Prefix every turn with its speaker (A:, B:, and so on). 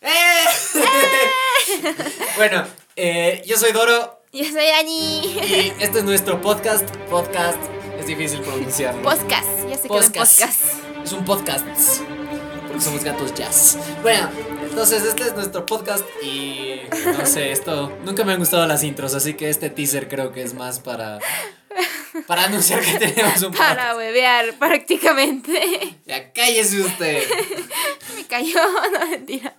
A: bueno, eh, yo soy Doro
B: Yo soy Ani.
A: y este es nuestro podcast. Podcast es difícil pronunciarlo.
B: Podcast. Ya se quedó en
A: Podcast.
B: podcast.
A: Es un podcast. Porque somos gatos jazz. Bueno, entonces este es nuestro podcast y no sé, esto nunca me han gustado las intros, así que este teaser creo que es más para para anunciar que tenemos un podcast.
B: Para huevear prácticamente.
A: Ya cállese usted.
B: Me cayó, no mentira.